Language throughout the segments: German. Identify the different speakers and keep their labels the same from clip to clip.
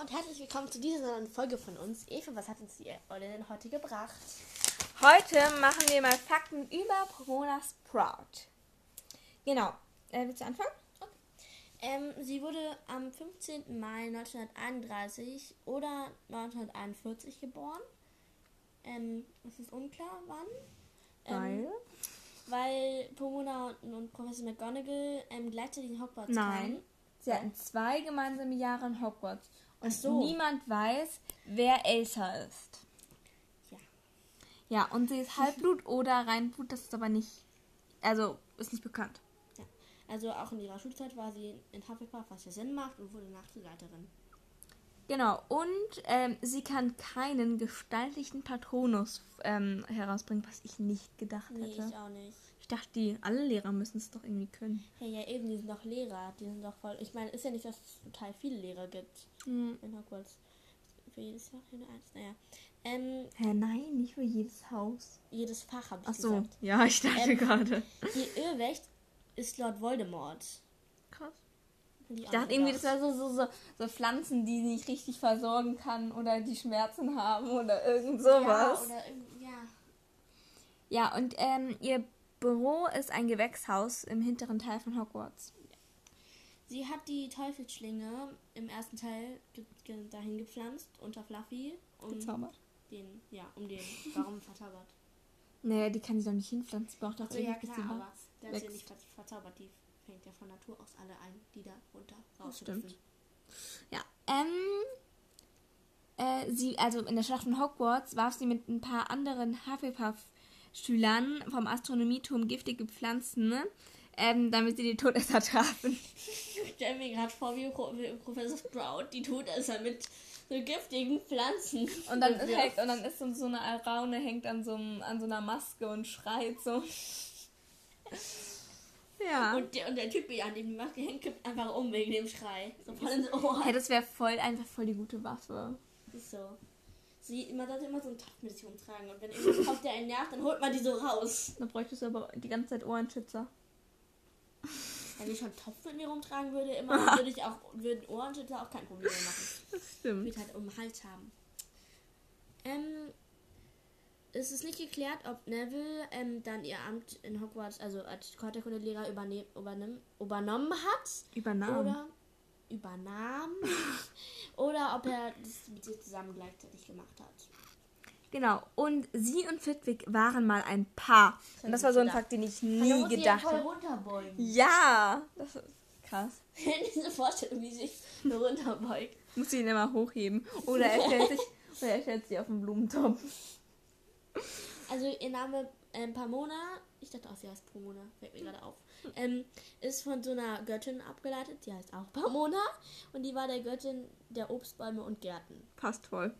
Speaker 1: und herzlich willkommen zu dieser neuen Folge von uns. Eva, was hat uns die Olle denn heute gebracht?
Speaker 2: Heute machen wir mal Fakten über Pomona Sprout. Genau. Äh, willst du anfangen?
Speaker 1: Ähm, sie wurde am 15. Mai 1931 oder 1941 geboren. Ähm, es ist unklar, wann. Ähm,
Speaker 2: also
Speaker 1: Weil Pomona und, und Professor McGonagall ähm, gleichzeitig in Hogwarts
Speaker 2: Nein.
Speaker 1: waren.
Speaker 2: Sie hatten zwei gemeinsame Jahre in Hogwarts. Und
Speaker 1: Ach so.
Speaker 2: niemand weiß, wer älter ist.
Speaker 1: Ja.
Speaker 2: Ja, und sie ist Halbblut oder Reinblut, das ist aber nicht. Also, ist nicht bekannt.
Speaker 1: Ja. Also auch in ihrer Schulzeit war sie in Hufflepuff, was ja Sinn macht, und wurde Nachtschulleiterin.
Speaker 2: Genau, und ähm, sie kann keinen gestaltlichen Patronus ähm, herausbringen, was ich nicht gedacht
Speaker 1: Nee,
Speaker 2: hätte.
Speaker 1: ich auch nicht.
Speaker 2: Ich dachte, die, alle Lehrer müssen es doch irgendwie können.
Speaker 1: Hey, ja, eben, die sind doch Lehrer. Die sind doch voll. Ich meine, ist ja nicht, dass es total viele Lehrer gibt in Hogwarts. Für jedes Fach nur eins. Naja. Ähm,
Speaker 2: Hä, nein, nicht für jedes Haus.
Speaker 1: jedes Fach habe ich
Speaker 2: Ach so,
Speaker 1: gesagt.
Speaker 2: ja, ich dachte
Speaker 1: Ähm.
Speaker 2: gerade.
Speaker 1: Ihr Irrwächt ist Lord Voldemort.
Speaker 2: Krass.
Speaker 1: Hätte
Speaker 2: Ich
Speaker 1: auch
Speaker 2: dachte
Speaker 1: nicht
Speaker 2: irgendwie, das
Speaker 1: gedacht.
Speaker 2: wäre so, so, so, so Pflanzen, die sie nicht richtig versorgen kann oder die Schmerzen haben oder irgend
Speaker 1: ja,
Speaker 2: sowas.
Speaker 1: oder irgendwie- ja.
Speaker 2: Ja, und ähm, ihr Büro ist ein Gewächshaus im hinteren Teil von Hogwarts.
Speaker 1: Sie hat die Teufelsschlinge im ersten Teil ge ge dahin gepflanzt, unter Fluffy.
Speaker 2: Mhm.
Speaker 1: Um
Speaker 2: Gezaubert.
Speaker 1: den, ja, um den. Warum verzaubert?
Speaker 2: Naja, die kann sie doch nicht hinpflanzen. Sie braucht doch
Speaker 1: Ach so, ja,
Speaker 2: bis
Speaker 1: klar,
Speaker 2: sie
Speaker 1: aber der hat sie ja
Speaker 2: wächst.
Speaker 1: nicht ver verzaubert. Die fängt ja von Natur aus alle ein, die da runter
Speaker 2: Das
Speaker 1: raushüpfen.
Speaker 2: stimmt. Ja, ähm. Äh, sie, also in der Schlacht von Hogwarts warf sie mit ein paar anderen Hufflepuff-Schülern vom Astronomieturm giftige Pflanzen, ne? Ähm, damit sie die Todesser trafen.
Speaker 1: Ich stelle mir gerade vor, wie Pro wie Professor Sprout die Todesser mit so giftigen Pflanzen.
Speaker 2: Und dann, ist, halt-
Speaker 1: bewirft.
Speaker 2: hängt, und dann ist so so eine Araune hängt an so, einem, an so einer Maske und schreit so. Ja.
Speaker 1: und, der, und der Typ, an dem die Maske hängt, kippt einfach um wegen dem Schrei. So voll ins Ohr.
Speaker 2: hey, das wäre voll einfach voll die gute Waffe.
Speaker 1: Das ist so. Sie, man sollte immer so einen Topf mit sich rumtragen. Und wenn irgendwas kommt, der einen nervt, dann holt man die so raus.
Speaker 2: Dann bräuchtest du aber die ganze Zeit Ohrenschützer.
Speaker 1: Wenn ich schon einen Topf mit mir rumtragen würde, immer würde ich auch, würden Ohrenschützer auch kein Problem mehr machen.
Speaker 2: Das
Speaker 1: Ich
Speaker 2: stimmt.
Speaker 1: würde halt um den Hals haben. Ähm, es ist nicht geklärt, ob Neville ähm, dann ihr Amt in Hogwarts, also als Kortekundelehrer übernehm, übernimm, übernommen hat
Speaker 2: Übernahm.
Speaker 1: oder übernahm oder ob er das mit ihr zusammen gleichzeitig gemacht hat.
Speaker 2: Genau. Und sie und Fitwick waren mal ein Paar.
Speaker 1: hab
Speaker 2: Und das
Speaker 1: ich
Speaker 2: war so ein
Speaker 1: gedacht.
Speaker 2: Fakt, den ich
Speaker 1: Da
Speaker 2: nie
Speaker 1: muss sie ja
Speaker 2: gedacht
Speaker 1: voll
Speaker 2: hätte.
Speaker 1: runterbeugen.
Speaker 2: Ja, das ist krass.
Speaker 1: Diese Vorstellung, wie sie sich nur runterbeugt.
Speaker 2: Muss ich ihn immer hochheben. Oder er stellt sich, oder er stellt sich auf den Blumentopf.
Speaker 1: Also ihr Name ähm, Pomona, ich dachte auch, sie heißt Pomona, fällt mir gerade auf, ähm, ist von so einer Göttin abgeleitet, die heißt auch Pomona und die war der Göttin der Obstbäume und Gärten.
Speaker 2: Passt voll.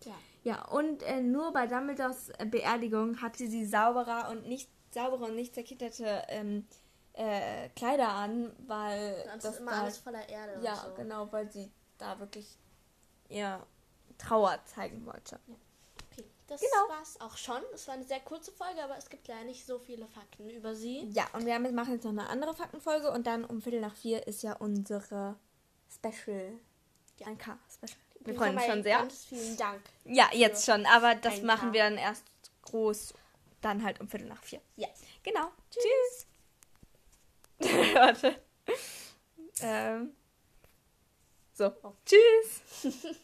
Speaker 1: Tja.
Speaker 2: Ja, und äh, nur bei Dumbledores äh, Beerdigung hatte sie sauberer und nicht saubere und nicht zerkitterte ähm, äh, Kleider an, weil
Speaker 1: Sonst
Speaker 2: das
Speaker 1: ist immer
Speaker 2: da,
Speaker 1: alles voller Erde
Speaker 2: ja
Speaker 1: und so.
Speaker 2: genau, weil sie da wirklich ihr Trauer zeigen wollte.
Speaker 1: Okay, das
Speaker 2: Genau.
Speaker 1: war's auch schon. Es war eine sehr kurze Folge, aber es gibt leider nicht so viele Fakten über sie.
Speaker 2: Ja, und wir haben- machen jetzt noch eine andere Faktenfolge und dann um Viertel nach vier ist ja unsere Special.
Speaker 1: Ja.
Speaker 2: Ein K-Special. Wir freuen uns
Speaker 1: sehr.
Speaker 2: schon sehr.
Speaker 1: Ganz vielen Dank.
Speaker 2: Ja, jetzt schon, aber das
Speaker 1: Ein
Speaker 2: machen
Speaker 1: K.
Speaker 2: wir dann erst groß, dann halt um Viertel nach vier.
Speaker 1: Ja.
Speaker 2: Genau. Tschüss. Warte. Ähm. So.
Speaker 1: Oh.
Speaker 2: Tschüss.